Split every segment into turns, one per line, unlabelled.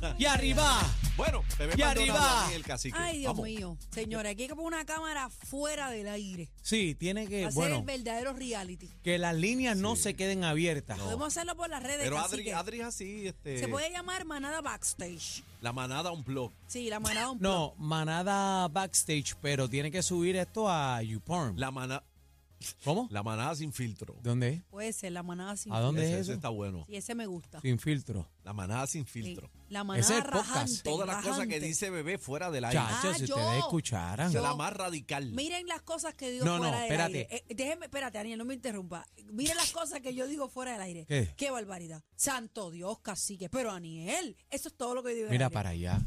Va, y arriba.
Bueno, bebé
Y
Maldonado
arriba.
aquí en el cacique.
Ay, Dios
Vamos.
mío. Señores, aquí hay que poner una cámara fuera del aire.
Sí, tiene que,
Hacer el
bueno,
verdadero reality.
que las líneas no se queden abiertas.
Podemos hacerlo por las redes.
Pero
así
Adri,
que
Adri es así, este,
Se
eh,
puede llamar manada backstage.
la manada un blog.
Sí, la manada un
No, manada backstage, pero tiene que subir esto a YouPorn.
La, mana-
¿Cómo?
la manada sin filtro.
¿Dónde es?
Puede ser la manada sin
¿A dónde
Ese,
es
ese
eso?
está bueno.
Sí, ese me gusta.
Sin filtro.
La manada sin filtro.
Sí, La
Ese
manada
es el podcast.
rajante.
Todas las cosas que
rajante.
dice bebé fuera del aire.
Chacho,
Ah,
si
yo.
ustedes escucharan.
Yo.
la más radical.
Miren las cosas que digo
No,
fuera
no,
del
espérate.
aire. Eh, déjeme, espérate, Daniel, no me interrumpa. Miren las cosas que yo digo fuera del aire.
¿Qué?
barbaridad. Santo Dios, cacique. Pero, Daniel, eso es todo lo que yo digo. en el
Mira
aire.
para allá.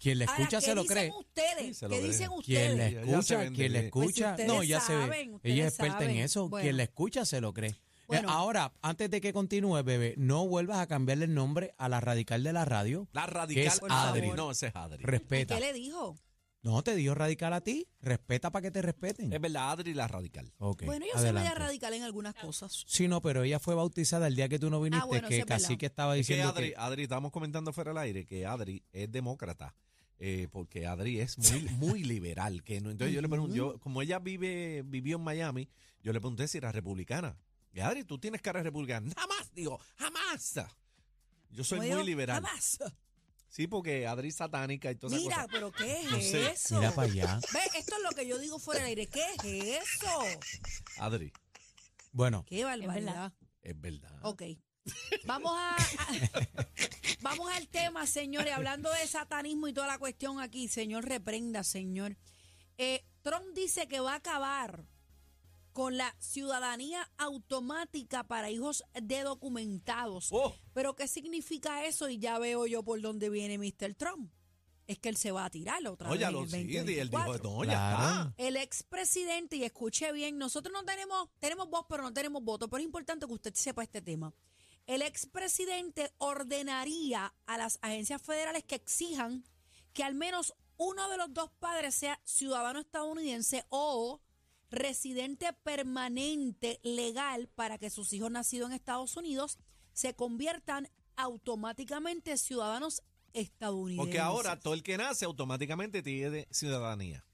Quien le
Ahora,
escucha
¿qué
se lo
dicen
cree.
Ustedes?
Sí, se lo
¿Qué
cree.
dicen
Quien
ustedes?
le
Ella- ella se
escucha,
vende
quien le
bien.
Pues si
escucha.
ustedes
no, ya se
saben,
ve.
ustedes
Ella es experta en
saben.
eso.
Bueno.
Quien le escucha se lo cree. Eh,
Bueno.
Ahora, antes de que continúe, bebé, no vuelvas a cambiarle el nombre a la radical de la radio.
La
Que
radical.
es
Por
Adri.
favor.
No, ese es Adri.
¿Y
Respeta.
¿Qué le dijo?
No, te dio radical a ti. Respeta para que te respeten.
Es verdad, Adri la radical.
Ok,
bueno, yo soy
Eh, adelante.
media radical en algunas cosas.
Sí, no, pero ella fue bautizada el día que tú no viniste,
Ah, bueno, sí
que
es verdad.
casi que estaba
Es que
diciendo
Adri,
que-
Adri, estamos comentando fuera del aire que Adri es demócrata. eh, porque Adri es muy, muy liberal. Que no, entonces yo le pregunto, yo, como ella vive, vivió en Miami, yo le pregunté si era republicana. Y Adri, tú tienes cara de republicana. Jamás, digo, jamás. Yo soy
Como
muy
digo,
liberal.
nada más.
Sí, porque Adri es satánica y todas esas
Mira,
cosas.
pero ¿qué es
No sé,
eso?
mira para allá.
Ve, esto es lo que yo digo fuera del aire. ¿Qué es eso?
Adri,
Bueno,
Qué barbaridad.
es verdad.
Ok. Vamos a, a- vamos al tema, señores. Hablando de satanismo y toda la cuestión aquí, señor, reprenda, señor. Eh, Trump dice que va a acabar con la ciudadanía automática para hijos de documentados.
Oh,
Pero ¿qué significa eso? Y ya veo yo por dónde viene Mr. Trump. Es que él se va a tirar otra
no,
vez.
ya
en
lo
el
sí, y él dijo,
2024.
no,
Claro.
ya
El expresidente, y escuché bien, nosotros no tenemos, tenemos voz, pero no tenemos voto, pero es importante que usted sepa este tema. El expresidente ordenaría a las agencias federales que exijan que al menos uno de los dos padres sea ciudadano estadounidense o residente permanente legal para que sus hijos nacidos en Estados Unidos se conviertan automáticamente ciudadanos
está.
estadounidenses.
Porque ahora todo el que nace automáticamente tiene ciudadanía.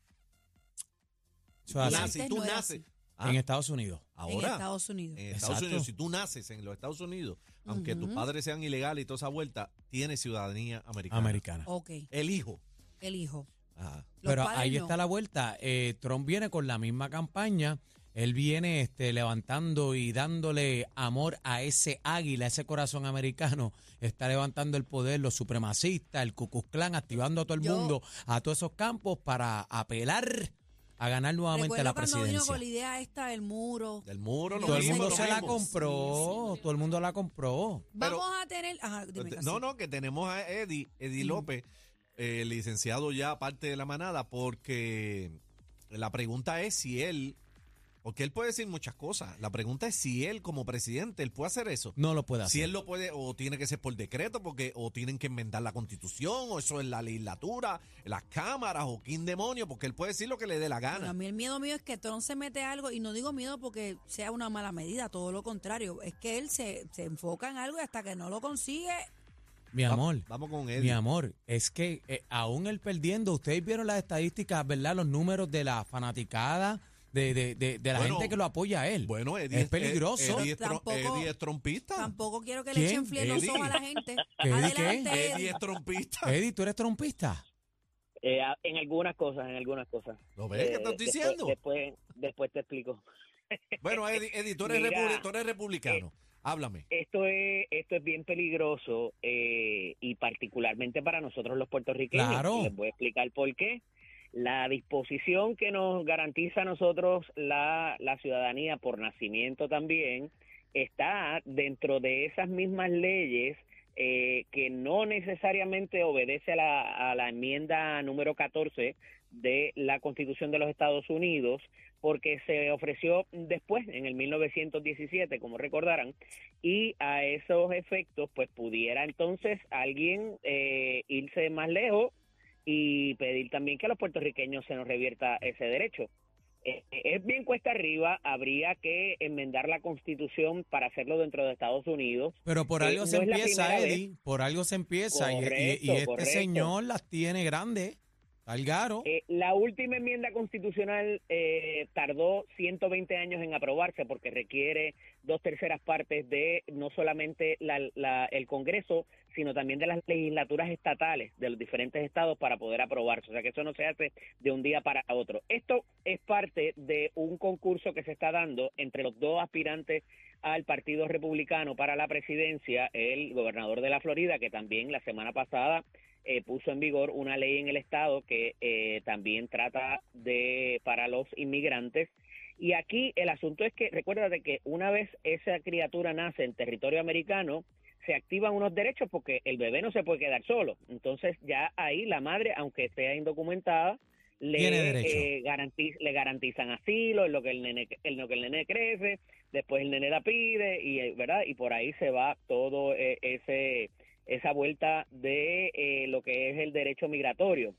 eso es así.
Nazi.
Nace,
Antes
tú
no era
naces.
así.
Ah,
en Estados Unidos.
en
ahora.
Estados Unidos.
En Eh, Estados
Exacto.
Unidos, si tú naces en los Estados Unidos, aunque tus padres sean ilegales y toda esa vuelta, tienes ciudadanía americana.
Americana.
Ok,
El hijo.
el hijo.
Ajá.
Los
Pero
padres
ahí
no.
está la vuelta. Eh, Trump viene con la misma campaña. Él viene este, levantando y dándole amor a ese águila, a ese corazón americano. Está levantando el poder, los supremacistas, el Ku Klux Klan, activando a todo el
Yo-
mundo, a todos esos campos para apelar a ganar nuevamente
Recuerdo
la
cuando vino
presidencia.
con la idea esta del muro.
Del muro, lo
Todo el
mismo,
mundo
lo
se la
mismo.
compró, todo el mundo la compró.
Pero-
Vamos a tener... Ajá, dime, Cacique.
No, no, que tenemos a Eddie, Eddie López, eh, licenciado ya parte de la manada, porque la pregunta es si él, porque él puede decir muchas cosas, la pregunta es si él como presidente, él puede hacer eso.
No lo puede hacer.
Si él lo puede, o tiene que ser por decreto, porque o tienen que enmendar la constitución, o eso es la legislatura, las cámaras, o quién demonio, porque él puede decir lo que le dé la
Bueno, a
gana.
mí el miedo mío es que Trump se mete a algo, y no digo miedo porque sea una mala medida, todo lo contrario. Es que él se, se enfoca en algo y hasta que no lo consigue...
Mi
Va-
amor.
Vamos con
Mi
Eddie.
amor, es que eh, aún él perdiendo, ustedes vieron las estadísticas, ¿verdad? Los números de la fanaticada, de, de- de- de la
Bueno,
gente que lo apoya a él.
Bueno, Eddie
es peligroso.
Eddie es, trom-
Tampoco-
Eddie es trompista.
Tampoco quiero que le
¿Quién?
echen frío en los
Eddie.
ojos a la gente.
¿Qué, Eddie, qué?
Adelante,
Eddie es trompista.
Eddie, ¿tú eres trompista?
Eh, a- en algunas cosas, en algunas cosas.
¿Lo ves? Pues, ¿Qué
Eh,
te estoy
después-
diciendo?
Después, después te explico.
Bueno, Eddie, Eddie, tú, eres
Mira.
republi- tú eres republicano. Háblame.
Esto es, esto es bien peligroso eh, y particularmente para nosotros los puertorriqueños.
Claro.
Les voy a explicar por qué. La disposición que nos garantiza a nosotros la, la ciudadanía por nacimiento también está dentro de esas mismas leyes eh, que no necesariamente obedece a la, a la enmienda número 14 de la Constitución de los Estados Unidos, porque se ofreció después, en el 1917, como recordarán, y a esos efectos, pues pudiera entonces alguien eh, irse más lejos y pedir también que a los puertorriqueños se nos revierta ese derecho. Eh, Es bien cuesta arriba, habría que enmendar la constitución para hacerlo dentro de Estados Unidos.
Pero por
Eh,
algo se
no es la
empieza,
primera vez.
Eddie. Por algo se empieza. y- y- y,
Correcto,
este
correcto.
señor las tiene grandes. Algaro.
Eh, la última enmienda constitucional eh, tardó 120 años en aprobarse porque requiere dos terceras partes de no solamente la- la- el Congreso, sino también de las legislaturas estatales de los diferentes estados para poder aprobarse. O sea que eso no se hace de un día para otro. Esto es parte de un concurso que se está dando entre los dos aspirantes al Partido Republicano para la presidencia, el gobernador de la Florida, que también la semana pasada eh, puso en vigor una ley en el estado que eh, también trata de para los inmigrantes y aquí el asunto es que recuérdate que una vez esa criatura nace en territorio americano se activan unos derechos porque el bebé no se puede quedar solo entonces ya ahí la madre aunque sea indocumentada
Tiene
le,
derecho.
eh, garantiz- le garantizan asilo en lo que el nene en lo que el nene crece después el nene la pide y eh, verdad y por ahí se va todo eh, ese esa vuelta de eh, lo que es el derecho migratorio.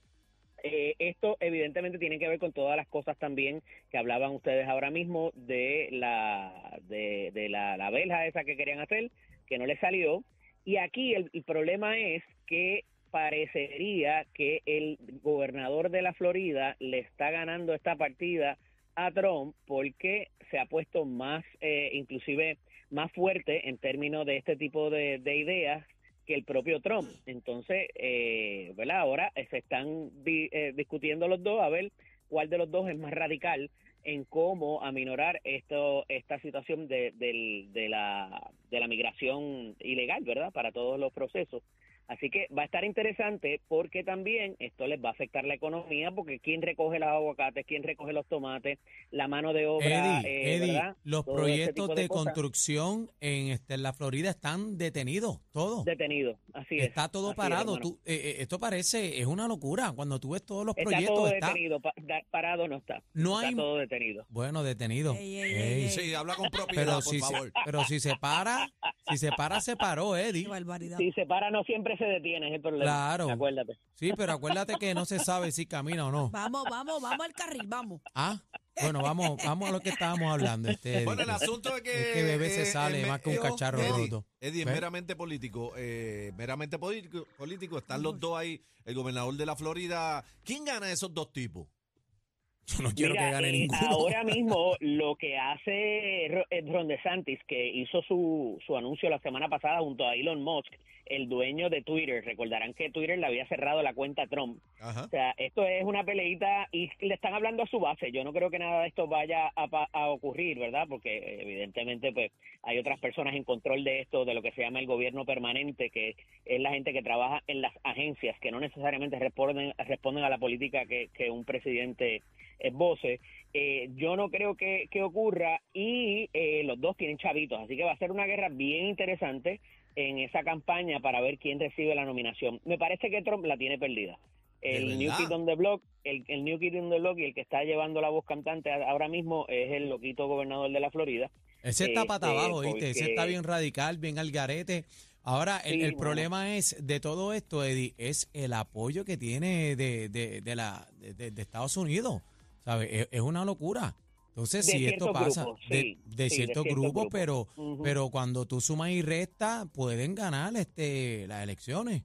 Eh, esto evidentemente tiene que ver con todas las cosas también que hablaban ustedes ahora mismo de la de, de la, la verja esa que querían hacer, que no les salió. Y aquí el, el problema es que parecería que el gobernador de la Florida le está ganando esta partida a Trump porque se ha puesto más, eh, inclusive más fuerte en términos de este tipo de, de ideas que el propio Trump. Entonces, eh, ¿verdad? Ahora eh, se están di- eh, discutiendo los dos a ver cuál de los dos es más radical en cómo aminorar esto, esta situación de, del- de la, de la migración ilegal, ¿verdad? Para todos los procesos. Así que va a estar interesante porque también esto les va a afectar la economía porque quién recoge los aguacates, quién recoge los tomates, la mano de obra,
Eddie,
eh,
Eddie,
¿verdad?
los
Todo ese
proyectos
tipo
de,
cosas.
construcción en, este, en la Florida están detenidos, todos.
detenido. Así es.
Está todo
Así es,
parado.
hermano.
Tú- eh, eh, esto parece, es una locura. Cuando tú ves todos los
Está
proyectos,
todo
está-
detenido, pa- da- parado no está.
no
Está
hay...
todo detenido.
Bueno, detenido.
Ey, ey,
Ey.
ey, ey.
Sí, habla con propiedad,
eh. Pero,
por
si, se-
favor.
pero si se para, si se para, se paró, eh, Eddie.
Qué barbaridad.
Si se para, no siempre se detiene, es el problema.
Claro.
Acuérdate.
Sí, pero acuérdate que no se sabe si camina o no.
Vamos, vamos, vamos al carril, vamos.
Ah, bueno, vamos, vamos a lo que estábamos hablando. Este, Eddie.
Bueno, el asunto es que.
Es que bebé se
eh,
sale
eh,
más que un
eh,
cacharro
Eddie,
roto.
Eddie, es
¿Ves?
meramente político. eh, meramente político, político. Están los dos ahí. El gobernador de la Florida. ¿Quién gana esos dos tipos?
Yo no quiero
Mira,
que gane
eh,
ninguno.
Ahora mismo lo que hace Ro- eh, Ron DeSantis, que hizo su, su anuncio la semana pasada junto a Elon Musk, el dueño de Twitter, recordarán que Twitter le había cerrado la cuenta a Trump.
Ajá.
O sea, esto es una peleita y le están hablando a su base. Yo no creo que nada de esto vaya a, pa- a ocurrir, ¿verdad? Porque eh, evidentemente pues hay otras personas en control de esto, de lo que se llama el gobierno permanente, que es la gente que trabaja en las agencias, que no necesariamente responden, responden a la política que, que un presidente esboce. Eh, yo no creo que, que ocurra y eh, los dos tienen chavitos, así que va a ser una guerra bien interesante en esa campaña para ver quién recibe la nominación. Me parece que Trump la tiene perdida.
¿De
El New
verdad?
Kid on the Block, el, el New Kid on the Block y el que está llevando la voz cantante a- ahora mismo es el loquito gobernador de la Florida.
Ese está pata
Este,
abajo, ¿viste? Ese está
porque-
bien radical, bien al garete. Ahora, el,
Sí,
el
mano.
problema es de todo esto, Eddie, es el apoyo que tiene de, de, de la, de, de- de Estados Unidos. ¿Sabes? Es, es una locura. Entonces,
De
si esto
ciertos
pasa
grupos,
de,
sí,
de
sí, de
ciertos
ciertos
grupos,
grupos.
pero
Ujú.
pero cuando tú sumas y restas, pueden ganar este las elecciones.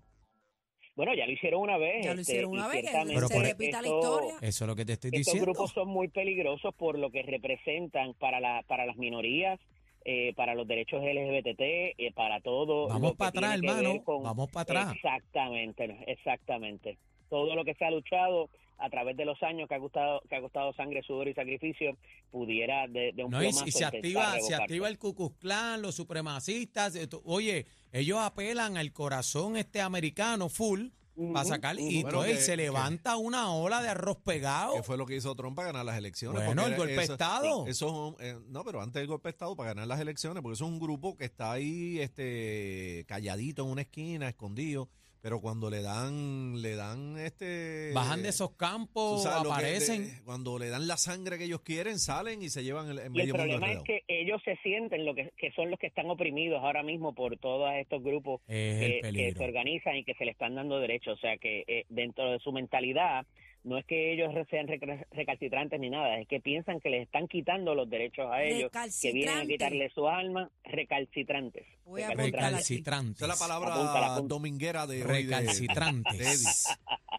Bueno, ya lo hicieron una vez.
Ya lo
este,
hicieron una
y
vez, que
ciertamente
Pero
se
por-
repita la
esto-
historia.
Eso es lo que te estoy
Estos
diciendo.
grupos son muy peligrosos por lo que representan para, la, para las minorías, eh, para los derechos LGBT, eh, para todo.
Vamos
lo que
para atrás,
tiene que ver
hermano.
con-
Vamos para atrás.
Exactamente, exactamente. Todo lo que se ha luchado a través de los años que ha costado, que ha costado sangre, sudor y sacrificio, pudiera de, de un
No, y,
plomazo
y se
intentar
activa, se
revocarse.
activa el Cucuzclán, los supremacistas. esto- oye, ellos apelan al corazón este americano full para sacar y,
Bueno,
oye, y
que-
se
que-
levanta una ola de arroz pegado.
Que fue lo que hizo Trump para ganar las elecciones.
Bueno,
porque
el golpe de
eso-
Estado.
Eso es un- eh, no, pero antes del golpe de Estado, para ganar las elecciones, porque eso es un grupo que está ahí este, calladito en una esquina, escondido, pero cuando le dan, le dan este...
Bajan de esos
tú
campos,
sabes, lo que-
aparecen.
de- cuando le dan la sangre que ellos quieren, salen y se llevan el, el
Y el
medio mundo
problema es
alrededor.
que ellos se sienten lo que, que son los que están oprimidos ahora mismo por todos estos grupos
Es el
que, que
peligro.
se organizan y que se le están dando derechos. O sea que eh, dentro de su mentalidad no es que ellos re- sean recre- recalcitrantes ni nada, es que piensan que les están quitando los derechos a ellos, que vienen a
Recalcitrante.
quitarle su alma, recalcitrantes.
Voy a
Recalcitrantes.
apuntar aquí.
Recalcitrantes.
Esa es la palabra
Apunta, la apunta.
dominguera de hoy de- de Eddie.
Recalcitrantes.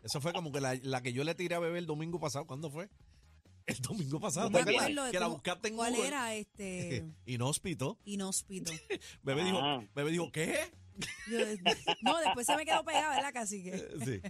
Eso fue como que la, la que yo le tiré a beber el domingo pasado. ¿Cuándo fue? El domingo pasado.
No me
¿te acuerdas?
acuerdo de
Pues que la
cómo-
buscaste en
¿Cuál
Google.
era este
Inhóspito.
inhóspito?
Bebé dijo,
Ah.
bebé dijo, ¿qué?
Yo- no, después se me quedó pegada, ¿verdad? Casi que.
Sí.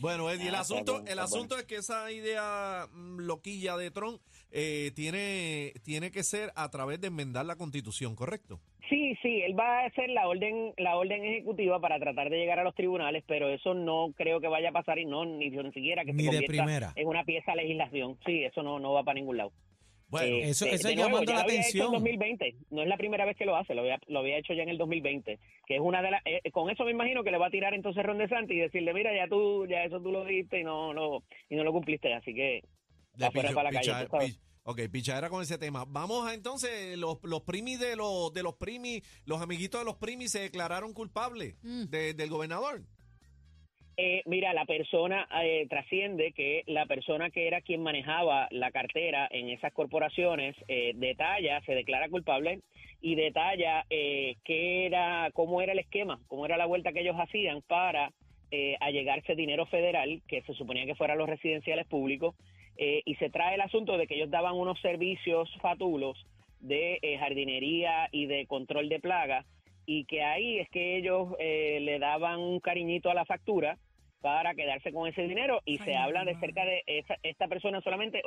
Bueno, Eddie, el
Ah, está
asunto,
bueno,
el
está
asunto es que esa idea mm, loquilla de Trump eh, tiene, tiene que ser a través de enmendar la constitución, ¿correcto?
Sí, sí, él va a hacer la orden, la orden ejecutiva para tratar de llegar a los tribunales, pero eso no creo que vaya a pasar y no ni, ni siquiera que
Ni
se
de
convierta
primera.
en una pieza de legislación. Sí, eso no, no va para ningún lado.
Bueno,
Eh,
eso-
de-
eso
de
es llamando
ya
la
lo había hecho
atención.
En 2020, no es la primera vez que lo hace, lo había, lo había hecho ya en el 2020, que es una de las. eh, con eso me imagino que le va a tirar entonces Ron DeSantis y decirle, mira, ya tú, ya eso tú lo diste y no, no, y no lo cumpliste, así que
de picho-
afuera Ah, para la calle,
picha-
tú sabes.
pi- ok, pichadera con ese tema. Vamos a entonces, los, los primis de los, de los primis, los amiguitos de los primis se declararon culpables
Mm.
de- del gobernador.
Eh, mira, la persona eh, trasciende que la persona que era quien manejaba la cartera en esas corporaciones eh, detalla, se declara culpable y detalla eh, qué era, cómo era el esquema, cómo era la vuelta que ellos hacían para eh, allegarse dinero federal que se suponía que fueran los residenciales públicos eh, y se trae el asunto de que ellos daban unos servicios fatulos de eh, jardinería y de control de plagas y que ahí es que ellos eh, le daban un cariñito a la factura para quedarse con ese dinero y
Ay,
se habla de
mamá.
cerca de esa- esta persona solamente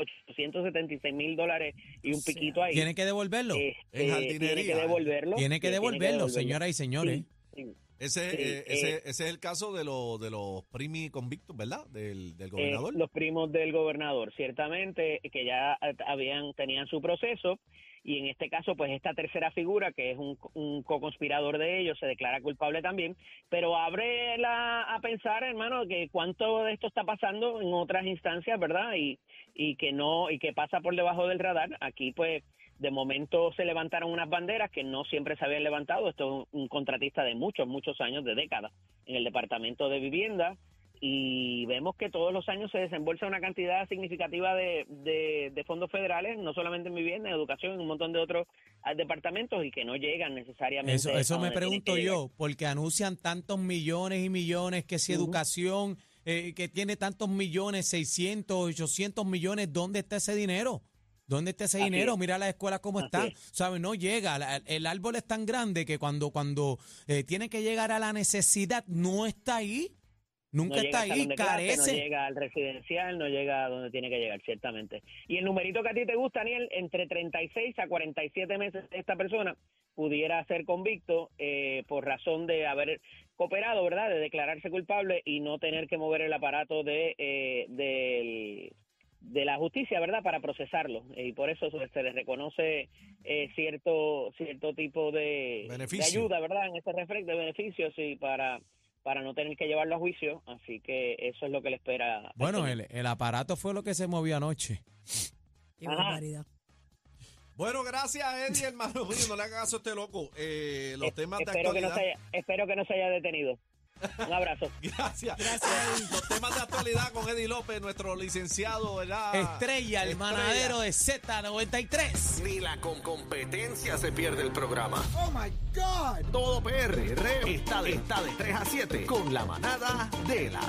876 mil dólares y un
O sea,
piquito ahí.
Tiene que devolverlo.
Este,
En jardinería.
Tiene que devolverlo.
¿eh?
Eh,
Tiene que devolverlo, señoras y señores.
Sí, sí.
Ese,
Sí,
eh,
eh,
ese, ese es el caso de, los de los primis convictos, ¿verdad? Del, del
Eh,
gobernador.
los primos del gobernador, ciertamente, que ya eh, habían tenían su proceso y en este caso, pues esta tercera figura, que es un, un co-conspirador de ellos, se declara culpable también, pero abre la, a pensar, hermano, que cuánto de esto está pasando en otras instancias, ¿verdad? Y, y que no y que pasa por debajo del radar. Aquí, pues, de momento se levantaron unas banderas que no siempre se habían levantado. Esto es un- un contratista de muchos, muchos años, de décadas, en el Departamento de Vivienda y vemos que todos los años se desembolsa una cantidad significativa de, de- de fondos federales, no solamente en vivienda, en educación, en un montón de otros ah, departamentos y que no llegan necesariamente.
Eso, eso
a
me
donde tienen que
pregunto
llegar.
yo, porque anuncian tantos millones y millones, que si
Ujú.
educación, eh, que tiene tantos millones, 600, 800 millones, ¿dónde está ese dinero? ¿Dónde está ese
Así
dinero?
es.
Mira las escuelas cómo
Así
están.
es.
¿Sabes? No llega. La- el árbol es tan grande que cuando, cuando eh, tiene que llegar a la necesidad, no está ahí. Nunca
No llega
está
al salón
ahí.
de clase,
Carece.
no llega al residencial, no llega a donde tiene que llegar, ciertamente. Y el numerito que a ti te gusta, Daniel, entre 36 a 47 meses esta persona pudiera ser convicto eh, por razón de haber cooperado, ¿verdad? De declararse culpable y no tener que mover el aparato de, eh, del- de la justicia, ¿verdad? Para procesarlo. Eh, Y por eso se se les reconoce eh, cierto cierto tipo de, de
Beneficio.
ayuda, ¿verdad? En ese reflejo de beneficios y para para no tener que llevarlo a juicio, así que eso es lo que le espera.
Bueno, el, el aparato fue lo que se movió anoche.
Qué
Ajá.
barbaridad.
Bueno, gracias, Eddie, hermano mío. No le hagas caso a este loco. Eh, los
Es-
temas de
espero que, no
actualidad.
se haya, espero que no se haya detenido. Un abrazo.
Gracias. Los temas de actualidad con Eddie López, nuestro licenciado, ¿verdad?
Estrella, el
Estrella.
manadero de Z93.
Ni la con competencia se pierde el programa. Oh my God. Todo PR está de, está de 3 a 7 con la manada de la